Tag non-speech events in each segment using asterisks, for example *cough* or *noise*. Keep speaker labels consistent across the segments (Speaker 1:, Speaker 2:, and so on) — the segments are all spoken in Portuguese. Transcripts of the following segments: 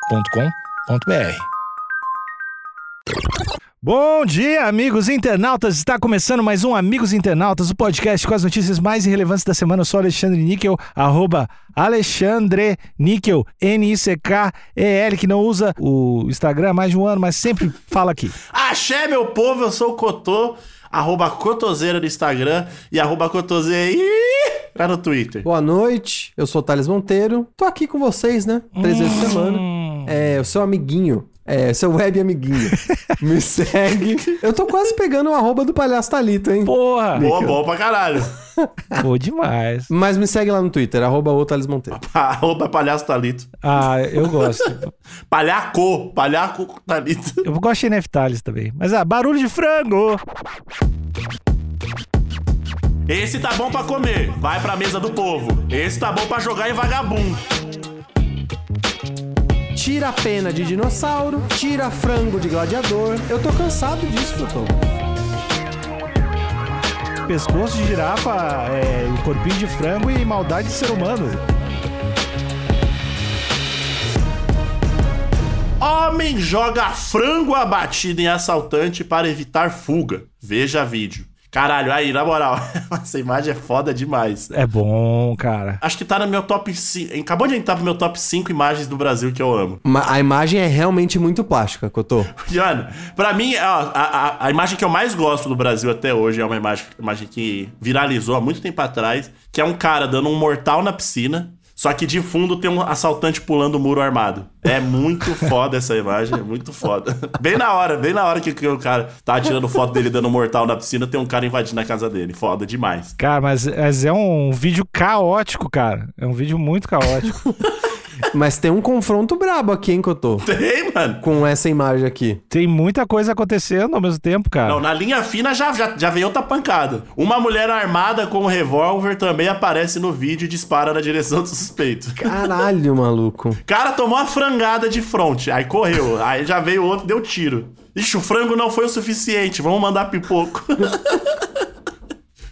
Speaker 1: agenciadepodcast.com.br.
Speaker 2: Bom dia, amigos internautas! Está começando mais um Amigos Internautas, o podcast com as notícias mais irrelevantes da semana. Eu sou Alexandre Níquel, arroba Alexandre Níquel, N-I-C-K-E-L, que não usa o Instagram há mais de um ano, mas sempre fala aqui.
Speaker 3: Axé, meu povo, eu sou o Cotô, arroba Cotoseira no Instagram e arroba Cotoseira no Twitter.
Speaker 4: Boa noite, eu sou o Thales Monteiro. Tô aqui com vocês, né? Três vezes por semana. É, o seu amiguinho. É, seu web amiguinho. Me segue. Eu tô quase pegando o arroba do Palhaço Talito, hein?
Speaker 2: Porra!
Speaker 3: Boa, boa pra caralho. *laughs*
Speaker 2: Pô, demais.
Speaker 4: Mas me segue lá no Twitter, arroba o Thales Monteiro.
Speaker 3: arroba Palhaço Talito.
Speaker 2: Ah, eu gosto.
Speaker 3: Palhaco, Palhaco Talito.
Speaker 2: Eu gosto de Neftales também. Mas, ah, barulho de frango!
Speaker 3: Esse tá bom pra comer, vai pra mesa do povo. Esse tá bom pra jogar em vagabundo.
Speaker 4: Tira a pena de dinossauro, tira frango de gladiador. Eu tô cansado disso, Totô.
Speaker 2: Pescoço de girafa, é, o corpinho de frango e maldade de ser humano.
Speaker 3: Homem joga frango abatido em assaltante para evitar fuga. Veja vídeo. Caralho, aí, na moral, *laughs* essa imagem é foda demais.
Speaker 2: É bom, cara.
Speaker 3: Acho que tá no meu top 5. Acabou de entrar pro meu top 5 imagens do Brasil que eu amo. *laughs*
Speaker 4: Ma- a imagem é realmente muito plástica, Cotô.
Speaker 3: Mano, pra mim, ó, a, a, a imagem que eu mais gosto do Brasil até hoje é uma imagem, imagem que viralizou há muito tempo atrás, que é um cara dando um mortal na piscina, só que de fundo tem um assaltante pulando o muro armado. É muito *laughs* foda essa imagem, é muito foda. *laughs* Bem na hora, bem na hora que, que o cara tá tirando foto dele dando um mortal na piscina, tem um cara invadindo a casa dele. Foda demais. *laughs*
Speaker 2: Cara, mas, mas é um vídeo caótico, cara. É um vídeo muito
Speaker 3: *laughs*
Speaker 2: caótico.
Speaker 4: Mas tem um confronto brabo aqui, hein, Cotô?
Speaker 3: Tem, mano.
Speaker 4: Com essa imagem aqui.
Speaker 2: Tem muita coisa acontecendo ao mesmo tempo, cara.
Speaker 3: Não, na linha fina já, já, já veio outra pancada. Uma mulher armada com um revólver também aparece no vídeo e dispara na direção do suspeito.
Speaker 4: Caralho, maluco.
Speaker 3: cara tomou a frangada de fronte, aí correu, aí já veio outro, deu tiro. Ixi, o frango não foi o suficiente, vamos mandar pipoco. *laughs*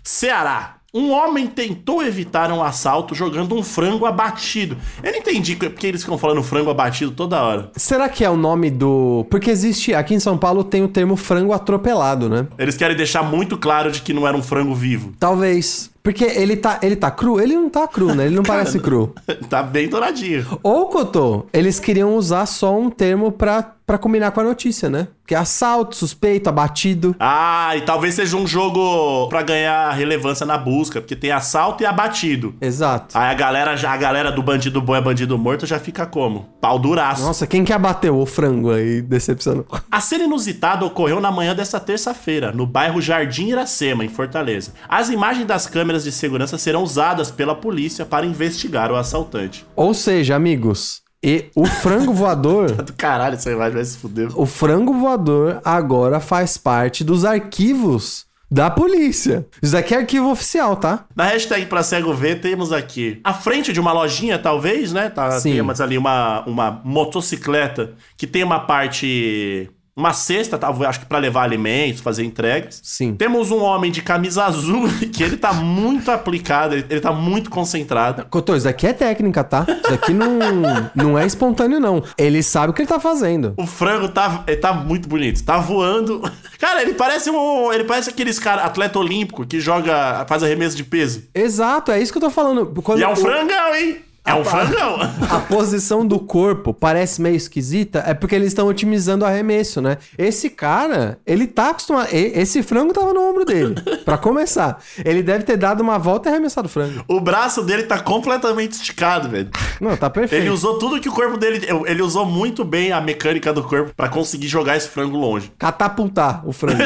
Speaker 3: Ceará. Um homem tentou evitar um assalto jogando um frango abatido. Eu não entendi que- porque eles ficam falando frango abatido toda hora.
Speaker 4: Será que é o nome do. Porque existe. Aqui em São Paulo tem o termo frango atropelado, né?
Speaker 3: Eles querem deixar muito claro de que não era um frango vivo. *laughs*
Speaker 4: Talvez. Porque ele tá, ele tá cru? Ele não tá cru, né? Ele não parece cru.
Speaker 3: tá bem douradinho.
Speaker 4: Ou, Cotô, eles queriam usar só um termo pra, pra combinar com a notícia, né? Que é assalto, suspeito, abatido.
Speaker 3: Ah, e talvez seja um jogo pra ganhar relevância na busca, porque tem assalto e abatido.
Speaker 4: Exato.
Speaker 3: Aí a galera, já- a galera do bandido bom é bandido morto já fica como? Pau duraço.
Speaker 4: Nossa, quem que abateu o frango aí? Decepcionou.
Speaker 3: A cena inusitada ocorreu na manhã desta terça-feira, no bairro Jardim Iracema, em Fortaleza. As imagens das câmeras de segurança serão usadas pela polícia para investigar o assaltante.
Speaker 4: Ou seja, amigos, e o frango
Speaker 3: *laughs*
Speaker 4: voador.
Speaker 3: Do caralho, essa imagem vai se fuder.
Speaker 4: O frango voador agora faz parte dos arquivos da polícia. Isso daqui é arquivo oficial, tá?
Speaker 3: Na hashtag pra cego ver, temos aqui. À frente de uma lojinha, talvez, né? Tá,
Speaker 4: Sim.
Speaker 3: temos ali uma, uma motocicleta que tem uma parte. Uma cesta, talvez, acho que pra levar alimentos, fazer entregas.
Speaker 4: Sim.
Speaker 3: Temos um homem de camisa azul *laughs* que ele tá muito aplicado, ele, ele tá muito concentrado.
Speaker 4: Cotô, isso daqui é técnica, tá? Isso daqui não, *laughs* não é espontâneo, não. Ele sabe o que ele tá fazendo.
Speaker 3: O frango tá, ele tá muito bonito, tá voando. *laughs* Cara, ele parece um. Ele parece aqueles cara, atleta olímpico que joga. faz arremesso de peso.
Speaker 4: Exato, é isso que eu tô falando. Quando
Speaker 3: E é um
Speaker 4: o-
Speaker 3: frangão, hein? É um frangão. *laughs*
Speaker 4: A posição do corpo parece meio esquisita, é porque eles estão otimizando o arremesso, né? Esse cara, ele tá acostumado. e- Esse frango tava no ombro dele, *laughs* pra começar. Ele deve ter dado uma volta e arremessado o frango.
Speaker 3: O braço dele tá completamente esticado, velho.
Speaker 4: Não, tá perfeito.
Speaker 3: Ele usou tudo que o corpo dele. Ele usou muito bem a mecânica do corpo pra conseguir jogar esse frango longe.
Speaker 4: Catapultar o frango.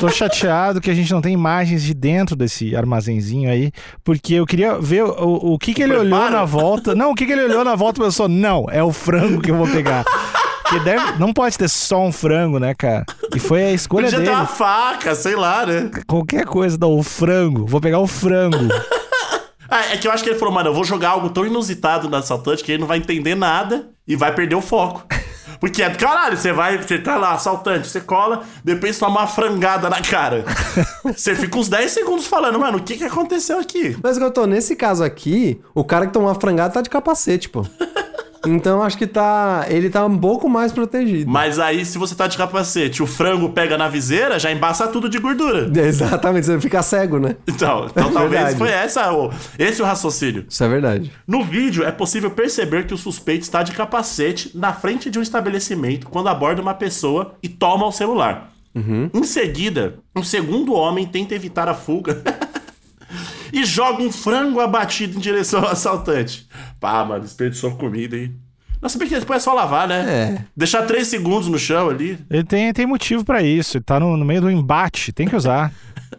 Speaker 2: Tô chateado que a gente não tem imagens de dentro desse armazenzinho aí, porque eu queria ver o, o que que ele olhou
Speaker 3: Prepara.
Speaker 2: na volta. Não, o que que ele olhou na volta e pensou, não, é o frango que eu vou pegar. Porque deve- não pode ter só um frango, né, cara? E foi a escolha
Speaker 3: Podia
Speaker 2: dele.
Speaker 3: ter uma faca, sei lá, né?
Speaker 2: Qualquer coisa, não, o frango. Vou pegar o frango.
Speaker 3: Ah, é que eu acho que ele falou, mano, eu vou jogar algo tão inusitado no assaltante que ele não vai entender nada e vai perder o foco. Porque é do caralho, você vai, você tá lá, assaltante, você cola, depois toma uma frangada na cara. você fica uns 10 segundos falando, mano, o que que aconteceu aqui?
Speaker 4: *laughs* Mas, Gotô, nesse caso aqui, o cara que tomou a frangada tá de capacete, pô. Então acho que tá. Ele tá um pouco mais protegido.
Speaker 3: Mas aí, se você tá de capacete, o frango pega na viseira, já embaça tudo de gordura.
Speaker 4: *laughs* Exatamente, você fica cego, né?
Speaker 3: Então, então talvez
Speaker 4: Verdade.
Speaker 3: foi essa, o- esse o raciocínio.
Speaker 4: Isso é verdade.
Speaker 3: No vídeo, é possível perceber que o suspeito está de capacete na frente de um estabelecimento quando aborda uma pessoa e toma o celular.
Speaker 4: Uhum.
Speaker 3: Em seguida, um segundo homem tenta evitar a fuga *laughs* e joga um frango abatido em direção ao assaltante. Pá, mano, desperdiçou comida, hein? Nossa, bem que depois é só lavar, né?
Speaker 4: É.
Speaker 3: Deixar três segundos no chão ali.
Speaker 2: Ele tem, tem motivo pra isso, ele tá no, no meio do embate, tem que usar.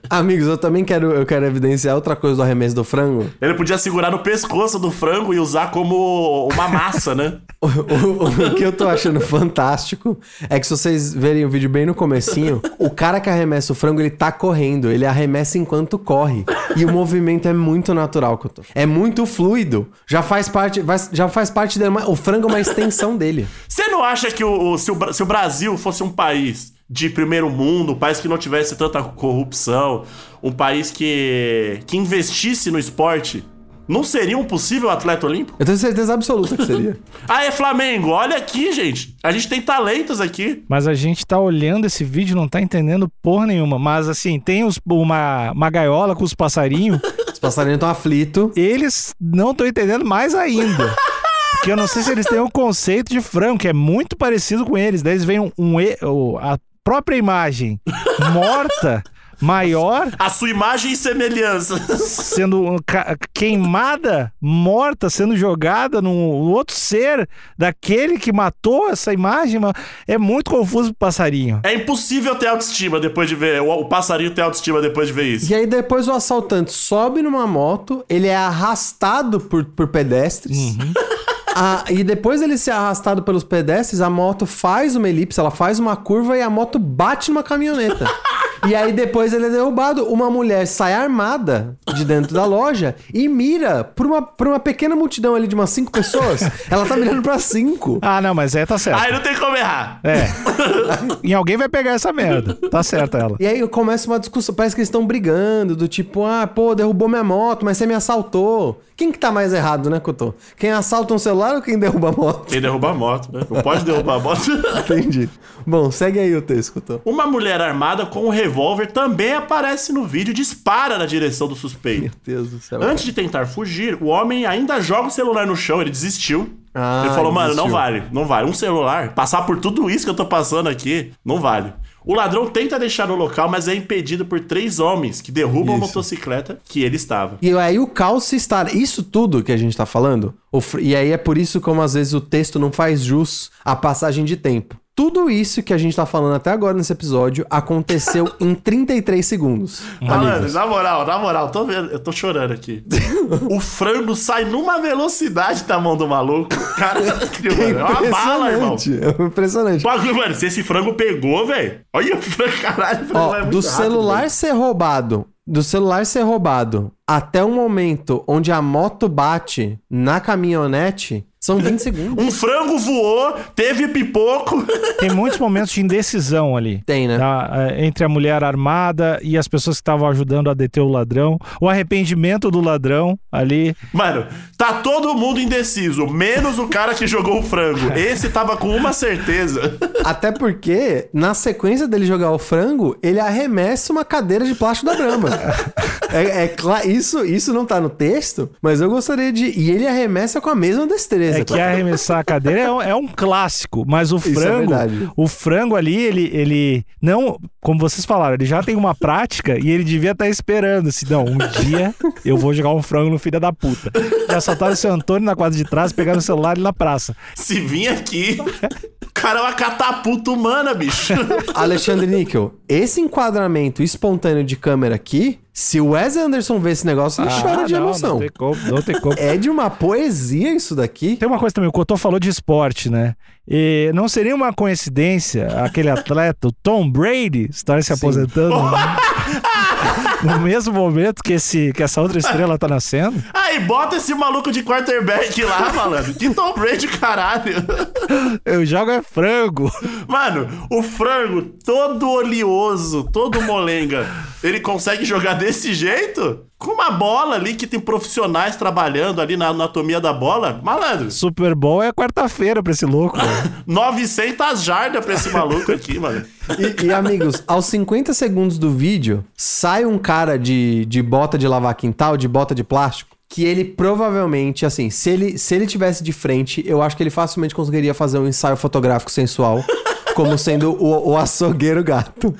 Speaker 4: Amigos, eu também quero, eu quero evidenciar outra coisa do arremesso do frango. *laughs*
Speaker 3: Ele podia segurar no pescoço do frango e usar como uma massa,
Speaker 4: *laughs*
Speaker 3: né?
Speaker 4: O, o- o que eu tô achando fantástico é que se vocês verem o vídeo bem no comecinho, o cara que arremessa o frango, ele tá correndo, ele arremessa enquanto corre. E o movimento é muito natural, Couto. É muito fluido. Já faz parte, vai- já faz parte dele, o frango é uma extensão dele.
Speaker 3: Você não acha que o, o- se, o, Bra- se o Brasil fosse um país de primeiro mundo, um país que não tivesse tanta corrupção, um país que, que investisse no esporte, não seria um possível atleta olímpico?
Speaker 4: Eu tenho certeza absoluta que seria.
Speaker 3: Ah, é Flamengo, olha aqui, gente. A gente tem talentos aqui.
Speaker 2: Mas a gente tá olhando esse vídeo, não tá entendendo porra nenhuma. Mas assim, tem os- uma, uma gaiola com os passarinhos,
Speaker 4: Os passarinhos estão aflitos.
Speaker 2: eles não estão entendendo mais ainda. Porque eu não sei se eles têm o conceito de frango, que é muito parecido com eles. Daí eles veem um, um e- o- a própria imagem morta, maior,
Speaker 3: A sua imagem e semelhança.
Speaker 2: sendo um ca- queimada, morta, sendo jogada num outro ser daquele que matou essa imagem. mano. É muito confuso pro passarinho.
Speaker 3: *laughs* É impossível ter autoestima depois de ver. O, o passarinho ter autoestima depois de ver isso.
Speaker 4: E aí depois o assaltante sobe numa moto, ele é arrastado por, por pedestres. *laughs* A- e depois ele ser arrastado pelos pedestres, a moto faz uma elipse, ela faz uma curva e a moto bate numa caminhoneta. e aí depois ele é derrubado. Uma mulher sai armada de dentro da loja e mira pra uma, pra uma pequena multidão ali de umas cinco pessoas. Ela tá mirando pra cinco.
Speaker 2: Ah, não, mas é, tá certo.
Speaker 3: Aí não tem como errar.
Speaker 2: É. *laughs* e alguém vai pegar essa merda. Tá certa ela.
Speaker 4: E aí começa uma discussão, parece que eles estão brigando, do tipo, ah, pô, derrubou minha moto, mas você me assaltou. Quem que tá mais errado, né, Cotô? Quem assalta um celular ou quem derruba a moto? *laughs*
Speaker 3: Quem derruba a moto, né? Não pode derrubar a moto. *laughs*
Speaker 4: Entendi. Bom, segue aí o texto, Cotô.
Speaker 3: Uma mulher armada com um revólver também aparece no vídeo e dispara na direção do suspeito.
Speaker 4: Meu Deus do céu.
Speaker 3: Antes de tentar fugir, o homem ainda joga o celular no chão, ele desistiu.
Speaker 4: Ah,
Speaker 3: ele falou, mano, não
Speaker 4: desistiu.
Speaker 3: vale, não vale. Um celular, passar por tudo isso que eu tô passando aqui, não vale. O ladrão tenta deixar o local, mas é impedido por três homens que derrubam a
Speaker 4: Isso.
Speaker 3: motocicleta que ele estava.
Speaker 4: E aí o caos se está... Isso tudo que a gente tá falando, o fr- e aí é por isso como às vezes o texto não faz jus à passagem de tempo. Tudo isso que a gente tá falando até agora nesse episódio
Speaker 3: *laughs*
Speaker 4: aconteceu em 33 segundos.
Speaker 3: Ah, Mano, na moral, na moral, tô vendo, eu tô chorando aqui. o frango sai numa velocidade da mão do maluco.
Speaker 4: *laughs*
Speaker 3: Cara, mano, é uma bala, irmão.
Speaker 4: Impressionante, é impressionante.
Speaker 3: Bagulho, mano, se esse frango pegou, velho. Olha o frango, caralho. o frango
Speaker 4: Ó,
Speaker 3: é muito
Speaker 4: do
Speaker 3: rápido,
Speaker 4: celular
Speaker 3: velho.
Speaker 4: ser roubado, do celular ser roubado até o momento onde a moto bate na caminhonete, são
Speaker 2: *laughs*
Speaker 4: 20 segundos.
Speaker 3: Um frango voou, teve pipoco. *laughs*
Speaker 2: Tem muitos momentos de indecisão ali.
Speaker 4: Tem, né?
Speaker 2: Da- eh, entre a mulher armada e as pessoas que estavam ajudando a deter o ladrão. O arrependimento do ladrão ali.
Speaker 3: Mano, tá todo mundo indeciso, menos o cara que jogou o frango. Esse tava com uma certeza. *laughs*
Speaker 4: Até porque, na sequência dele jogar o frango, ele arremessa uma cadeira de plástico
Speaker 2: *laughs*
Speaker 4: da Brahma. é, é cla- isso, isso não tá no texto, mas eu gostaria de. E ele arremessa com a mesma destreza.
Speaker 2: É que arremessar a cadeira é um, é um clássico, mas o
Speaker 4: é
Speaker 2: frango,
Speaker 4: verdade.
Speaker 2: o frango ali, ele, ele não, como vocês falaram, ele já tem uma prática e ele devia estar esperando, se não, um dia eu vou jogar um frango no filho da puta. E assaltaram o seu Antônio na quadra de trás, pegaram o celular e na praça.
Speaker 3: Se vir aqui, o cara é uma catapulta humana, bicho. *laughs*
Speaker 4: Alexandre Níquel, esse enquadramento espontâneo de câmera aqui, se o Wes Anderson vê esse negócio, ele chora
Speaker 2: Ah,
Speaker 4: de
Speaker 2: não,
Speaker 4: emoção.
Speaker 2: Não tem como, não tem como.
Speaker 4: É de uma poesia isso daqui.
Speaker 2: Tem uma coisa também, o Cotô falou de esporte, né? E não seria uma coincidência aquele atleta, o Tom Brady, estar se *laughs* aposentando no mesmo momento que, esse, que essa outra estrela tá nascendo?
Speaker 3: Aí bota esse maluco de quarterback lá, malandro. Que Tom Brady, caralho.
Speaker 2: Eu jogo é frango.
Speaker 3: Mano, o frango todo oleoso, todo molenga. Ele consegue jogar desse jeito? Com uma bola ali que tem profissionais trabalhando ali na anatomia da bola. Malandro,
Speaker 2: Super Bowl é quarta-feira pra esse louco. né? velho.
Speaker 3: 900 jardas pra esse maluco aqui, mano.
Speaker 4: E, e, amigos, aos 50 segundos do vídeo, sai um cara de, de bota de lavar quintal, de bota de plástico, que ele provavelmente, assim, se ele, se ele tivesse de frente, eu acho que ele facilmente conseguiria fazer um ensaio fotográfico sensual, como sendo o, o açougueiro gato.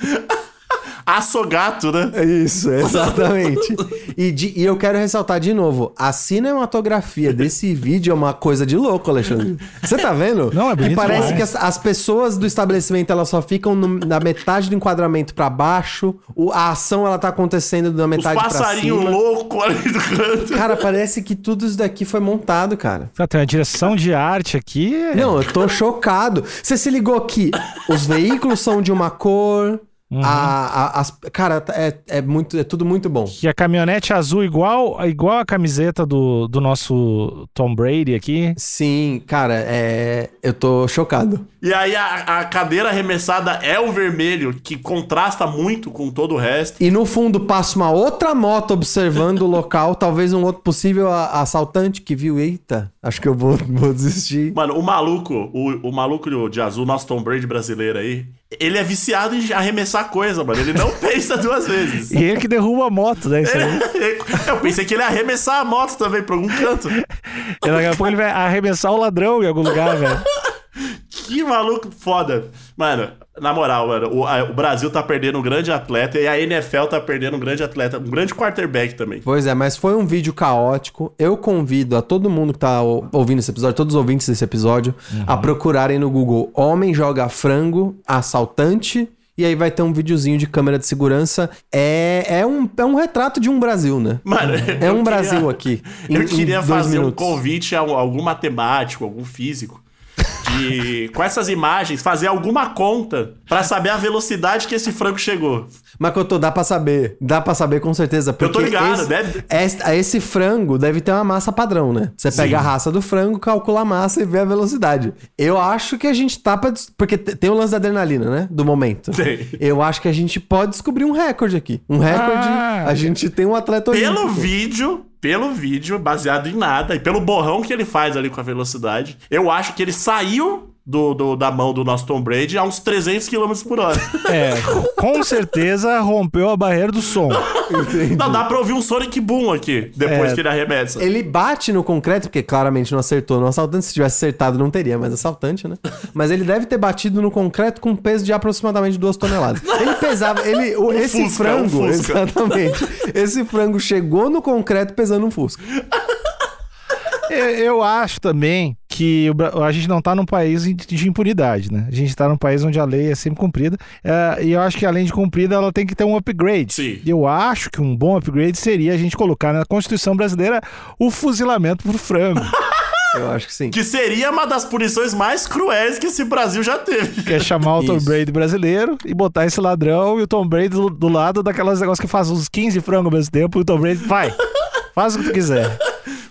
Speaker 3: Açogato, né?
Speaker 4: É Isso, *laughs* exatamente. e, de- e eu quero ressaltar de novo: a cinematografia desse vídeo é uma coisa de louco, Alexandre. Você tá vendo?
Speaker 2: Não, é bonito
Speaker 4: E parece
Speaker 2: demais.
Speaker 4: que as, as pessoas do estabelecimento elas só ficam no- na metade do enquadramento pra baixo, o- a ação ela tá acontecendo da
Speaker 3: Os
Speaker 4: metade pra
Speaker 3: passarinhos
Speaker 4: cima.
Speaker 3: loucos ali do canto.
Speaker 4: Cara, parece que tudo isso daqui foi montado, cara.
Speaker 2: Tá, Tem uma direção de arte aqui.
Speaker 4: Não, eu tô chocado. Você se ligou que os veículos são de uma cor.
Speaker 2: Uhum.
Speaker 4: a- a- as- cara, é, é muito, é tudo muito bom.
Speaker 2: Que a caminhonete azul igual, igual a camiseta do, do nosso Tom Brady aqui.
Speaker 4: Sim, cara, é... eu tô chocado.
Speaker 3: E aí a, a cadeira arremessada é o vermelho, que contrasta muito com todo o resto.
Speaker 4: E no fundo passa uma outra moto observando o local, talvez um outro possível a- assaltante que viu, eita, acho que eu vou, *laughs* vou desistir.
Speaker 3: Mano, o maluco, o, o maluco de- de azul, nosso Tom Brady brasileiro aí, ele é viciado em arremessar coisa, mano. Ele não *laughs* pensa duas vezes.
Speaker 2: E ele que derruba a moto, né? Isso aí.
Speaker 3: *laughs* Eu pensei que ele ia arremessar a moto também pra algum canto.
Speaker 2: E daqui a pouco ele vai arremessar o ladrão em algum lugar, velho.
Speaker 3: Que maluco foda. Mano, na moral, mano, o, a- o Brasil tá perdendo um grande atleta e a NFL tá perdendo um grande atleta, um grande quarterback também.
Speaker 4: Pois é, mas foi um vídeo caótico. Eu convido a todo mundo que tá o- ouvindo esse episódio, todos os ouvintes desse episódio,
Speaker 3: Uhum.
Speaker 4: a procurarem no Google Homem joga frango, assaltante, e aí vai ter um videozinho de câmera de segurança. É, é, um, é um retrato de um Brasil, né?
Speaker 3: Mano,
Speaker 4: É
Speaker 3: eu
Speaker 4: um
Speaker 3: queria-
Speaker 4: Brasil aqui. em-
Speaker 3: *laughs* eu
Speaker 4: em
Speaker 3: queria
Speaker 4: dois
Speaker 3: fazer um
Speaker 4: minutos.
Speaker 3: convite a algum matemático, algum físico. De, *laughs* com essas imagens, fazer alguma conta pra saber a velocidade que esse frango chegou.
Speaker 4: Mas que eu tô, dá pra saber. Dá pra saber com certeza. Porque
Speaker 3: tô ligado,
Speaker 4: esse,
Speaker 3: deve-
Speaker 4: Esse, esse frango deve ter uma massa padrão, né? Você pega a raça do frango, calcula a massa e vê a velocidade. Eu acho que a gente tá pra. des- Porque te- tem o lance da adrenalina, né? Do momento.
Speaker 3: Tem.
Speaker 4: Eu acho que a gente pode descobrir um recorde aqui. Um recorde.
Speaker 2: Ah.
Speaker 4: a gente tem um atleta
Speaker 3: Pelo
Speaker 4: olímpico.
Speaker 3: vídeo, pelo vídeo, baseado em nada, e pelo borrão que ele faz ali com a velocidade, eu acho que ele saiu do, do- da mão do nosso Tom Brady a uns 300 km por
Speaker 4: *laughs*
Speaker 3: hora.
Speaker 2: É, com certeza rompeu a barreira do som.
Speaker 4: Entendi.
Speaker 3: Não, dá pra ouvir um Sonic Boom aqui, depois
Speaker 2: É.
Speaker 3: que ele arremessa.
Speaker 4: Ele bate no concreto, porque claramente não acertou no assaltante. Se tivesse acertado, não teria mais
Speaker 3: *laughs*
Speaker 4: assaltante, né? Mas ele deve ter batido no concreto com um peso de aproximadamente duas toneladas. Ele pesava.
Speaker 3: *laughs*
Speaker 4: Ele, o- esse
Speaker 3: Fusca,
Speaker 4: frango.
Speaker 3: um Fusca.
Speaker 4: exatamente. Esse frango chegou no concreto pesando um fusca.
Speaker 2: Eu, eu acho também que o Bra- a gente não tá num país de- de impunidade, né? A gente tá num país onde a lei é sempre cumprida. eh, e eu acho que além de cumprida, ela tem que ter um upgrade.
Speaker 3: Sim.
Speaker 2: E Eu acho que um bom upgrade seria a gente colocar na Constituição Brasileira o fuzilamento por frango.
Speaker 4: Eu acho que sim.
Speaker 3: Que seria uma das punições mais cruéis que esse Brasil já teve.
Speaker 2: Que é chamar o Tom
Speaker 4: Isso.
Speaker 2: Brady brasileiro e botar esse ladrão e o Tom Brady do, do lado daquelas negócios que faz uns 15 frangos ao mesmo tempo e o Tom Brady vai. Faz o que tu quiser.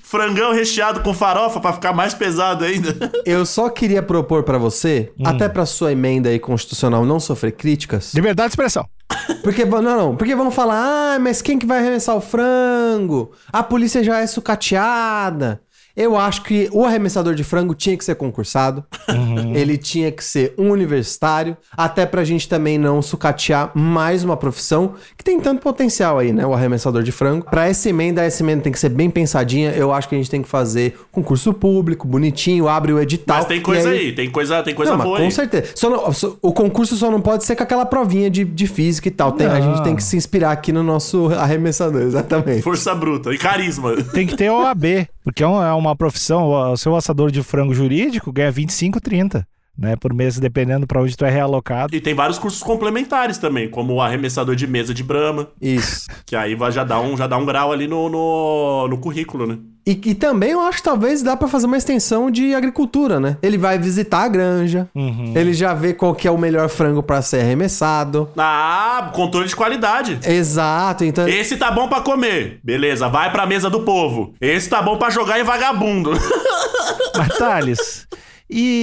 Speaker 3: Frangão recheado com farofa pra ficar mais pesado ainda.
Speaker 4: Eu só queria propor pra você,
Speaker 3: Hum.
Speaker 4: até pra sua emenda aí constitucional não sofrer críticas.
Speaker 2: Liberdade de expressão.
Speaker 4: Porque, vão- não, não, porque vão falar, ah, mas quem que vai arremessar o frango? A polícia já é sucateada. Eu acho que o arremessador de frango tinha que ser concursado. Ele tinha que ser um universitário, até pra gente também não sucatear mais uma profissão que tem tanto potencial aí, né? O arremessador de frango. Pra essa emenda, essa emenda tem que ser bem pensadinha. Eu acho que a gente tem que fazer concurso público, bonitinho, abre o
Speaker 3: *laughs*
Speaker 4: edital.
Speaker 3: Mas tem
Speaker 4: e
Speaker 3: coisa aí... tem coisa, tem coisa
Speaker 4: não, mas
Speaker 3: boa
Speaker 4: com
Speaker 3: aí.
Speaker 4: certeza. Só não- só- o concurso só não pode ser com aquela provinha de, de física e tal. Tem- a
Speaker 2: Não.
Speaker 4: gente tem que se inspirar aqui no nosso arremessador, exatamente.
Speaker 3: Força bruta e carisma.
Speaker 2: Tem que ter OAB, porque é uma, é uma profissão. O seu assador de frango jurídico ganha 25, 30, né? Por mês, dependendo pra onde tu é realocado.
Speaker 3: E tem vários cursos complementares também, como o arremessador de mesa de Brahma.
Speaker 4: Isso.
Speaker 3: Que aí vai- já dá um, já dá um grau ali no, no, no currículo, né?
Speaker 4: E, e também eu acho que talvez dá pra fazer uma extensão de agricultura, né? Ele vai visitar a granja,
Speaker 2: Uhum.
Speaker 4: ele já vê qual que é o melhor frango pra ser arremessado.
Speaker 3: Ah, controle de qualidade.
Speaker 4: Exato, então.
Speaker 3: Esse tá bom pra comer. Beleza, vai pra mesa do povo. Esse tá bom pra jogar em vagabundo.
Speaker 2: Mas, Thales,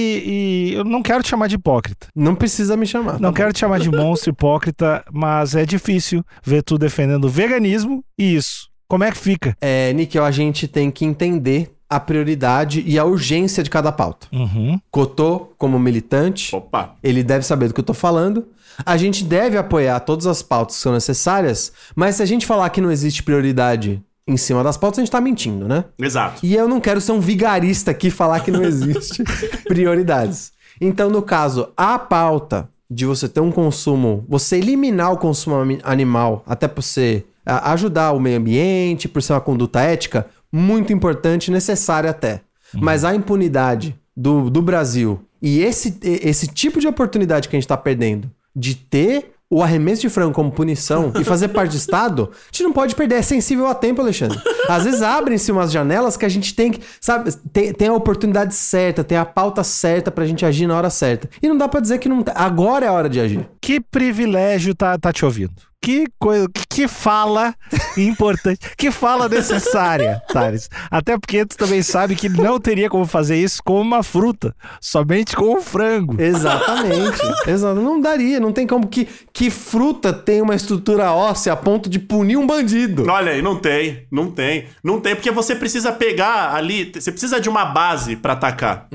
Speaker 2: e, e eu não quero te chamar de hipócrita.
Speaker 4: Não precisa me chamar.
Speaker 2: Não quero te chamar de monstro hipócrita, mas é difícil ver tu defendendo o veganismo e isso. Como é que fica?
Speaker 4: É, Níquel, a gente tem que entender a prioridade e a urgência de cada pauta.
Speaker 2: Uhum.
Speaker 4: Cotô, como militante,
Speaker 3: *laughs* Opa.
Speaker 4: ele deve saber do que eu tô falando. A gente deve apoiar todas as pautas que são necessárias, mas se a gente falar que não existe prioridade em cima das pautas, a gente tá mentindo, né?
Speaker 3: Exato.
Speaker 4: E eu não quero ser um vigarista aqui e falar que não existe prioridades. Então, no caso, a pauta de você ter um consumo, você eliminar o consumo ami- animal, até por ser a- ajudar o meio ambiente, por ser uma conduta ética, muito importante, necessária até. Uhum. Mas a impunidade do, do Brasil e esse, e- esse tipo de oportunidade que a gente está perdendo de ter o arremesso de frango como punição e fazer parte do Estado, a gente não pode perder. É sensível a tempo, Alexandre. Às vezes abrem-se umas janelas que a gente tem que, sabe, tem, tem a oportunidade certa, tem a pauta certa pra gente agir na hora certa. E não dá pra dizer que não. tá- Agora é a hora de agir.
Speaker 2: Que privilégio tá, tá te ouvindo. Que coisa, que- que fala importante, *laughs* que fala necessária, Thales. Até porque tu também sabe que não teria como fazer isso com uma fruta, somente com um frango.
Speaker 4: Exatamente. *laughs* Exato. Não daria. Não tem como que, que fruta tem uma estrutura óssea a ponto de punir um bandido.
Speaker 3: Olha aí, não tem, não tem, não tem, porque você precisa pegar ali, t- você precisa de uma base pra atacar.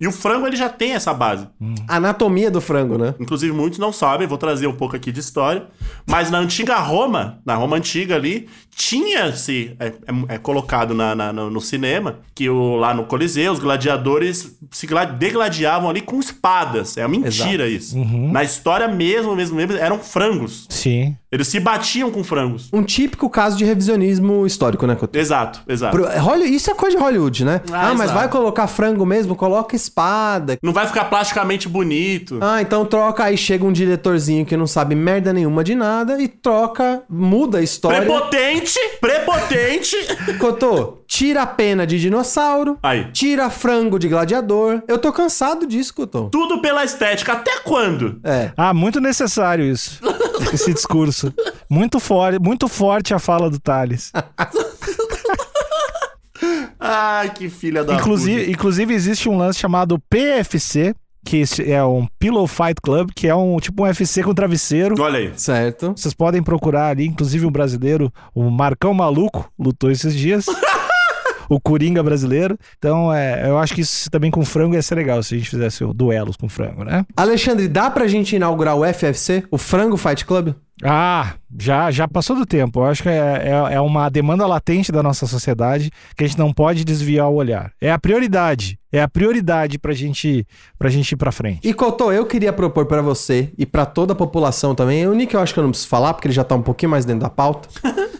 Speaker 3: E o frango ele já tem essa base.
Speaker 4: Hum. Anatomia do frango, né?
Speaker 3: Inclusive muitos não sabem, vou trazer um pouco aqui de história, mas na antiga Roma, na Roma antiga ali, tinha-se é, é- é colocado na- na- no, no cinema que o, lá no Coliseu os gladiadores se gla- degladiavam ali com espadas. É uma mentira isso. Na história mesmo, mesmo, mesmo, eram frangos.
Speaker 2: Sim.
Speaker 3: Eles se batiam com frangos.
Speaker 4: Um típico caso de revisionismo histórico, né, Couto?
Speaker 3: Exato, exato.
Speaker 4: Pro- Holly- Isso é coisa de Hollywood, né?
Speaker 3: Ah,
Speaker 4: Ah, mas
Speaker 3: exato.
Speaker 4: vai colocar frango mesmo? Coloca espada.
Speaker 3: Não vai ficar plasticamente bonito.
Speaker 4: Ah, então troca. Aí chega um diretorzinho que não sabe merda nenhuma de nada e troca, muda a história.
Speaker 3: Prepotente! Prepotente!
Speaker 4: Cotô, tira a pena de dinossauro,
Speaker 3: Aí.
Speaker 4: tira frango de gladiador. Eu tô cansado disso, Cotô.
Speaker 3: Tudo pela estética. Até quando?
Speaker 4: É.
Speaker 2: Ah, muito necessário isso. Esse discurso. Muito forte, muito forte a fala do Thales.
Speaker 3: Ai, que filha da
Speaker 2: Inclusive, inclusive existe um lance chamado PFC, que esse é um Pillow Fight Club, que é um tipo um UFC com travesseiro.
Speaker 3: puta. Olha aí.
Speaker 4: Certo.
Speaker 2: Vocês podem procurar ali, inclusive um brasileiro, o Marcão Maluco, lutou esses dias. o Coringa brasileiro. Então, é, eu acho que isso também com frango ia ser legal se a gente fizesse o duelos com frango, né?
Speaker 4: Alexandre, dá pra gente inaugurar o FFC? O Frango Fight Club?
Speaker 2: Ah, já, já passou do tempo. Eu acho que é, é, é uma demanda latente da nossa sociedade que a gente não pode desviar o olhar. É a prioridade. É a prioridade pra gente, pra gente ir pra frente.
Speaker 4: E Cotô, eu queria propor pra você e pra toda a população também. O Nick eu acho que eu não preciso falar, porque ele já tá um pouquinho mais dentro da pauta.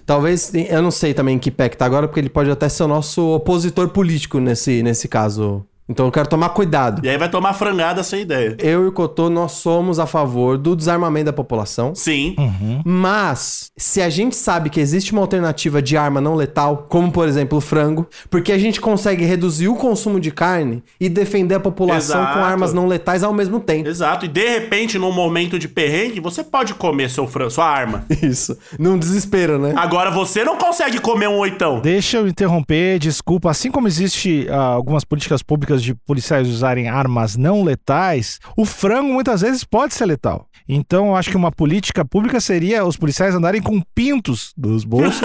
Speaker 4: Talvez, eu não sei também em que pé que tá agora, porque ele pode até ser o nosso opositor político nesse, nesse caso. Então eu quero tomar cuidado.
Speaker 3: E aí vai tomar frangada sem ideia.
Speaker 4: Eu e o Cotô, nós somos a favor do desarmamento da população.
Speaker 3: Sim.
Speaker 4: Hum. Mas, se a gente sabe que existe uma alternativa de arma não letal, como por exemplo o frango, porque a gente consegue reduzir o consumo de carne e defender a população
Speaker 3: Exato.
Speaker 4: com armas não letais ao mesmo tempo.
Speaker 3: Exato. E de repente, num momento de perrengue, você pode comer seu frango, sua arma.
Speaker 4: *laughs* Isso. Num desespero, né?
Speaker 3: Agora você não consegue comer um oitão.
Speaker 2: Deixa eu interromper, desculpa. Assim como existe ah, algumas políticas públicas de policiais usarem armas não letais, o frango muitas vezes pode ser letal. Então, eu acho que uma política pública seria os policiais andarem com pintos dos
Speaker 4: *laughs*
Speaker 2: bolsos.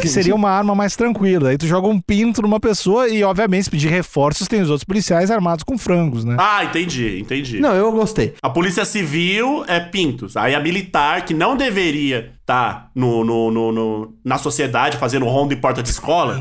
Speaker 2: Que seria uma arma mais tranquila. Aí tu joga um pinto numa pessoa e, obviamente, se pedir reforços, tem os outros policiais armados com frangos, né?
Speaker 3: Ah, entendi, entendi.
Speaker 4: Não, eu gostei.
Speaker 3: A polícia civil é pintos. Aí a militar, que não deveria estar no, no, no- no- na sociedade fazendo ronda em porta de escola,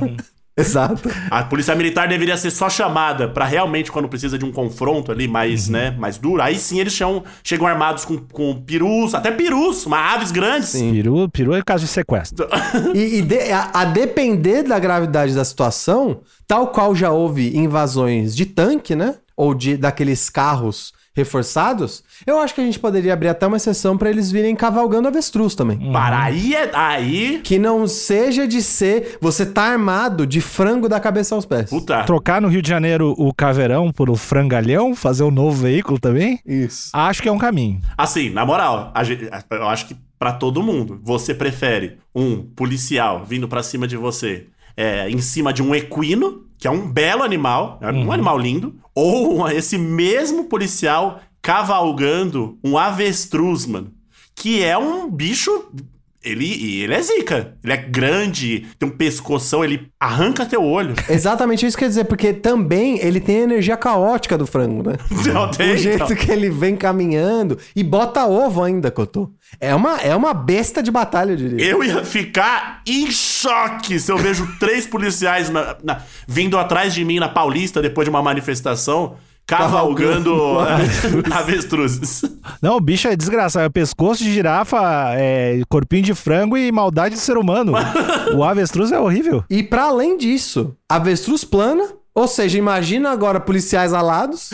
Speaker 4: Exato.
Speaker 3: A polícia militar deveria ser só chamada pra realmente quando precisa de um confronto ali mais, né, mais duro. Aí sim eles chegam, chegam armados com, com perus, até perus, uma aves grandes.
Speaker 4: Sim.
Speaker 2: Peru, peru é caso de sequestro.
Speaker 4: *laughs* E, e de- a, a depender da gravidade da situação, tal qual já houve invasões de tanque, né? Ou de daqueles carros reforçados, eu acho que a gente poderia abrir até uma exceção pra eles virem cavalgando avestruz também.
Speaker 3: Para aí é aí,
Speaker 4: Que não seja de ser você tá armado de frango da cabeça aos pés.
Speaker 3: puta.
Speaker 2: Trocar no Rio de Janeiro o caveirão por o frangalhão, fazer um novo veículo também,
Speaker 4: Isso.
Speaker 2: acho que é um caminho.
Speaker 3: Assim, na moral, a gente- eu acho que pra todo mundo, você prefere um policial vindo pra cima de você é, em cima de um equino, que é um belo animal, é um animal lindo, ou esse mesmo policial cavalgando um avestruz, mano, que é um bicho. Ele, e ele é zica. Ele é grande, tem um pescoção, ele arranca teu olho.
Speaker 4: Exatamente isso que eu ia dizer, porque também ele tem a energia caótica do frango, né?
Speaker 3: Não tem,
Speaker 4: o jeito
Speaker 3: então.
Speaker 4: que ele vem caminhando e bota ovo ainda, Cotô. É uma, é uma besta de batalha, eu diria.
Speaker 3: Eu ia ficar em choque se eu vejo três policiais na- na- vindo atrás de mim na Paulista depois de uma manifestação cavalgando eh, *laughs* avestruzes.
Speaker 2: Não, o bicho é desgraçado. É pescoço de girafa, é, corpinho de frango e maldade de ser humano. o avestruz é horrível.
Speaker 4: E pra além disso, avestruz plana, ou seja, imagina agora policiais alados.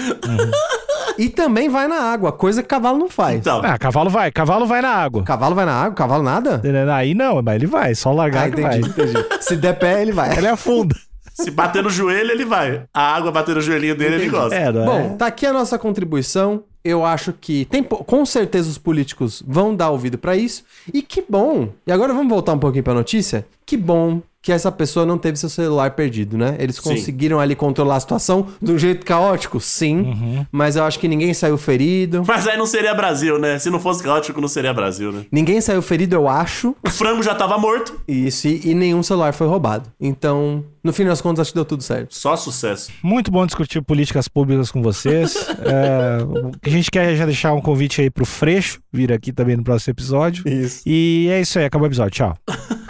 Speaker 4: E também vai na água, coisa que cavalo não faz.
Speaker 3: Então,
Speaker 2: Ah, cavalo vai, cavalo vai na água. Né,
Speaker 4: Cavalo vai na água, cavalo nada?
Speaker 2: Aí não, mas ele vai, só largar
Speaker 4: Ah,
Speaker 2: que
Speaker 4: entendi,
Speaker 2: vai.
Speaker 4: entendi. Se der pé, ele vai.
Speaker 2: Ele afunda.
Speaker 3: se bater no joelho, ele vai. A água bater no joelhinho dele, ele gosta.
Speaker 2: É, não é?
Speaker 4: Bom, tá aqui a nossa contribuição. Eu acho que tem, po- com certeza os políticos vão dar ouvido pra isso. E que bom. E agora vamos voltar um pouquinho pra notícia. Que bom que essa pessoa não teve seu celular perdido, né? Eles
Speaker 3: Sim.
Speaker 4: conseguiram ali controlar a situação de um jeito caótico, sim. Mas eu acho que ninguém saiu ferido.
Speaker 3: Mas aí não seria Brasil, né? Se não fosse caótico, não seria Brasil, né?
Speaker 4: Ninguém saiu ferido, eu acho.
Speaker 3: O frango já tava morto.
Speaker 4: Isso, e, e nenhum celular foi roubado. Então, no fim das contas, acho que deu tudo certo.
Speaker 3: Só sucesso.
Speaker 2: Muito bom discutir políticas públicas com
Speaker 4: *laughs*
Speaker 2: vocês. É, o que a gente quer é já deixar um convite aí pro Freixo vir aqui também no próximo episódio.
Speaker 4: Isso.
Speaker 2: E é isso aí, acabou o episódio. Tchau.